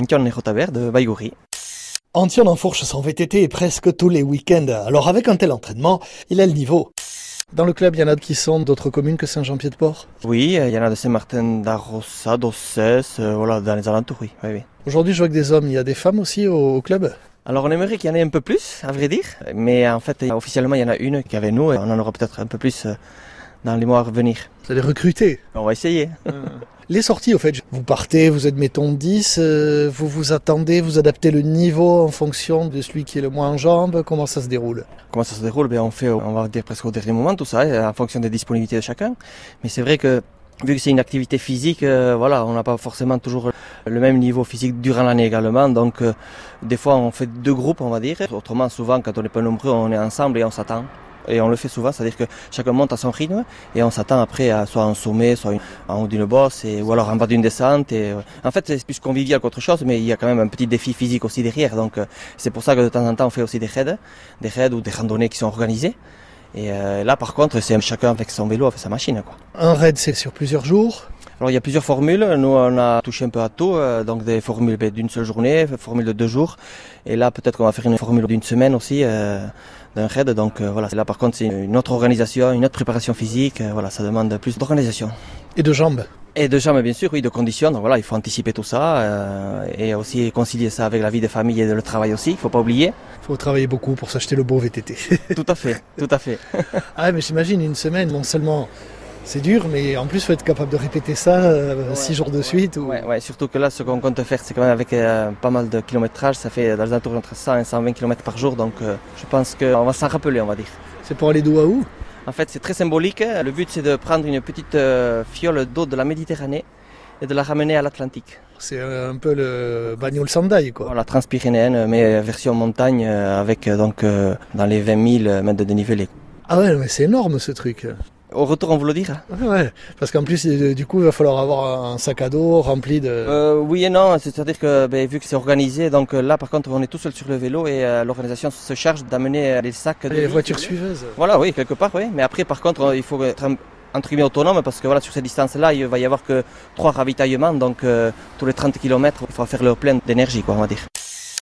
Intjon Errotaber de Baigorri. Antion enfourche son VTT presque tous les week-ends. Alors avec un tel entraînement, il a le niveau. Dans le club, il y en a qui sont d'autres communes que Saint-Jean-Pied-de-Port. Oui, euh, il y en a de Saint-Martin d'Arrossa, d'Ossès, euh, voilà, dans les alentours, oui, oui, oui. Aujourd'hui, je vois que des hommes, il y a des femmes aussi au, au club. Alors on aimerait qu'il y en ait un peu plus, à vrai dire, mais en fait, euh, officiellement, il y en a une qui est avec nous et on en aura peut-être un peu plus euh, dans les mois à venir. Vous allez recruter. On va essayer. Les sorties, au fait, vous partez, vous êtes mettons 10, euh, vous vous attendez, vous adaptez le niveau en fonction de celui qui est le moins en jambes. Comment ça se déroule Comment ça se déroule ben, On fait, euh, on va dire presque au dernier moment tout ça, euh, en fonction des disponibilités de chacun. Mais c'est vrai que vu que c'est une activité physique, euh, voilà, on n'a pas forcément toujours le même niveau physique durant l'année également. Donc euh, des fois on fait deux groupes, on va dire. Autrement, souvent quand on n'est pas nombreux, on est ensemble et on s'attend. Et on le fait souvent, c'est-à-dire que chacun monte à son rythme et on s'attend après à soit un sommet, soit une- en haut d'une bosse, et, ou alors en bas d'une descente. Et, euh, en fait, c'est plus convivial qu'autre chose, mais il y a quand même un petit défi physique aussi derrière. Donc euh, c'est pour ça que de temps en temps on fait aussi des raids, des raids ou des randonnées qui sont organisées. Et euh, là, par contre, c'est chacun avec son vélo, avec sa machine. Quoi. Un raid, c'est sur plusieurs jours. Alors, il y a plusieurs formules. Nous, on a touché un peu à tout. euh, donc, des formules ben, d'une seule journée, formule de deux jours. Et là, peut-être qu'on va faire une formule d'une semaine aussi, euh, d'un raid. Donc, euh, voilà. Là, par contre, c'est une autre organisation, une autre préparation physique. euh, voilà, ça demande plus d'organisation. Et de jambes. Et de jambes, bien sûr, oui, de conditions. Donc voilà, il faut anticiper tout ça euh, et aussi concilier ça avec la vie des familles et le travail aussi. Il faut pas oublier. Faut travailler beaucoup pour s'acheter le beau VTT. Tout à fait, tout à fait. ah, mais j'imagine une semaine, non seulement c'est dur, mais en plus faut être capable de répéter ça euh, Ouais, six jours de ouais, suite. ou- Ouais, ouais, surtout que là, ce qu'on compte faire, c'est quand même avec euh, pas mal de kilométrage. Ça fait euh, dans les alentours entre 100 et 120 km par jour. Donc, euh, je pense qu'on va s'en rappeler, on va dire. C'est pour aller d'où à où En fait, c'est très symbolique. Le but, c'est de prendre une petite euh, fiole d'eau de la Méditerranée et de la ramener à l'Atlantique. C'est euh, un peu le bagnole sandail, quoi. Voilà, transpyrénéenne, mais version montagne, euh, avec euh, donc euh, dans les 20 000 mètres de dénivelé. Ah ouais, mais c'est énorme ce truc. Au retour, on vous le dira. Ouais, ouais. Parce qu'en plus, euh, du coup, il va falloir avoir un sac à dos rempli de. Euh, oui et non, c'est-à-dire que ben, vu que c'est organisé, donc euh, là par contre on est tout seul sur le vélo et euh, l'organisation se charge d'amener euh, les sacs de les riz. voitures suiveuses. Voilà, oui, quelque part, oui. Mais après par contre euh, il faut être un- entre guillemets autonome parce que voilà sur ces distances-là il va y avoir que trois ravitaillements, donc euh, tous les 30 km il faut faire le plein d'énergie, quoi, on va dire.